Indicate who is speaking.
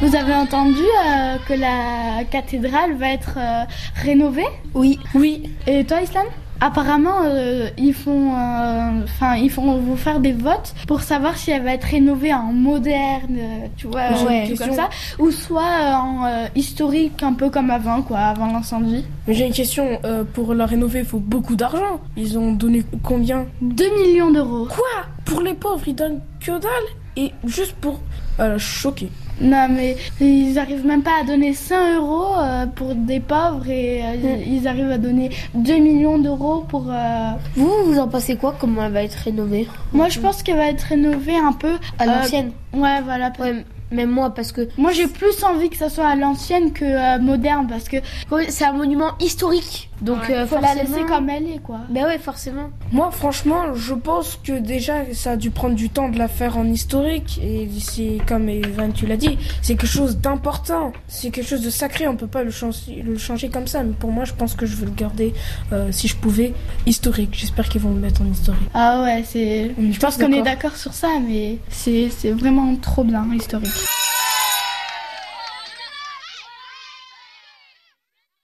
Speaker 1: Vous avez entendu euh, que la cathédrale va être euh, rénovée
Speaker 2: Oui.
Speaker 1: Oui. Et toi, Islam Apparemment, euh, ils font, euh, enfin, ils font vous faire des votes pour savoir si elle va être rénovée en moderne, euh, tu vois,
Speaker 2: Ouais,
Speaker 1: ou
Speaker 2: ouais,
Speaker 1: tout comme
Speaker 2: question.
Speaker 1: ça, ou soit euh, en euh, historique, un peu comme avant, quoi, avant l'incendie.
Speaker 2: Mais j'ai une question. euh, pour la rénover, il faut beaucoup d'argent. Ils ont donné combien
Speaker 1: 2 millions d'euros.
Speaker 2: Quoi Pour les pauvres, ils donnent que dalle Et juste pour... euh, Alors, je suis choquée.
Speaker 1: Non, mais ils arrivent même pas à donner 100 euros euh, pour des pauvres et euh,
Speaker 2: Mm.
Speaker 1: ils- ils arrivent à donner 2 millions d'euros pour. euh,
Speaker 3: Vous, vous en pensez quoi Comment elle va être rénovée
Speaker 1: Moi, je pense qu'elle va être rénovée un peu
Speaker 3: À
Speaker 1: euh,
Speaker 3: l'ancienne
Speaker 1: Ouais, voilà.
Speaker 3: Ouais, m- même moi, parce que
Speaker 1: Moi, j'ai plus envie que ça soit à l'ancienne que euh, moderne parce que
Speaker 3: c'est un monument historique. Donc, euh,
Speaker 1: faut la laisser
Speaker 3: forcément-
Speaker 1: comme elle est, quoi.
Speaker 3: Ben ouais, forcément.
Speaker 2: Moi, franchement, je pense que déjà, ça a dû prendre du temps de la faire en historique. Et c'est comme Evan, tu l'as dit, c'est quelque chose d'important. C'est quelque chose de sacré. On peut pas le, chan- le changer comme ça. Mais pour moi, je pense que je veux le garder, euh, si je pouvais, historique. J'espère qu'ils vont le mettre en historique.
Speaker 1: Ah ouais, c'est.
Speaker 2: Mm,
Speaker 1: Je pense
Speaker 2: je suis
Speaker 1: qu'on est
Speaker 2: d'accord.
Speaker 1: d'accord sur ça, mais c'est c'est vraiment trop bien historique.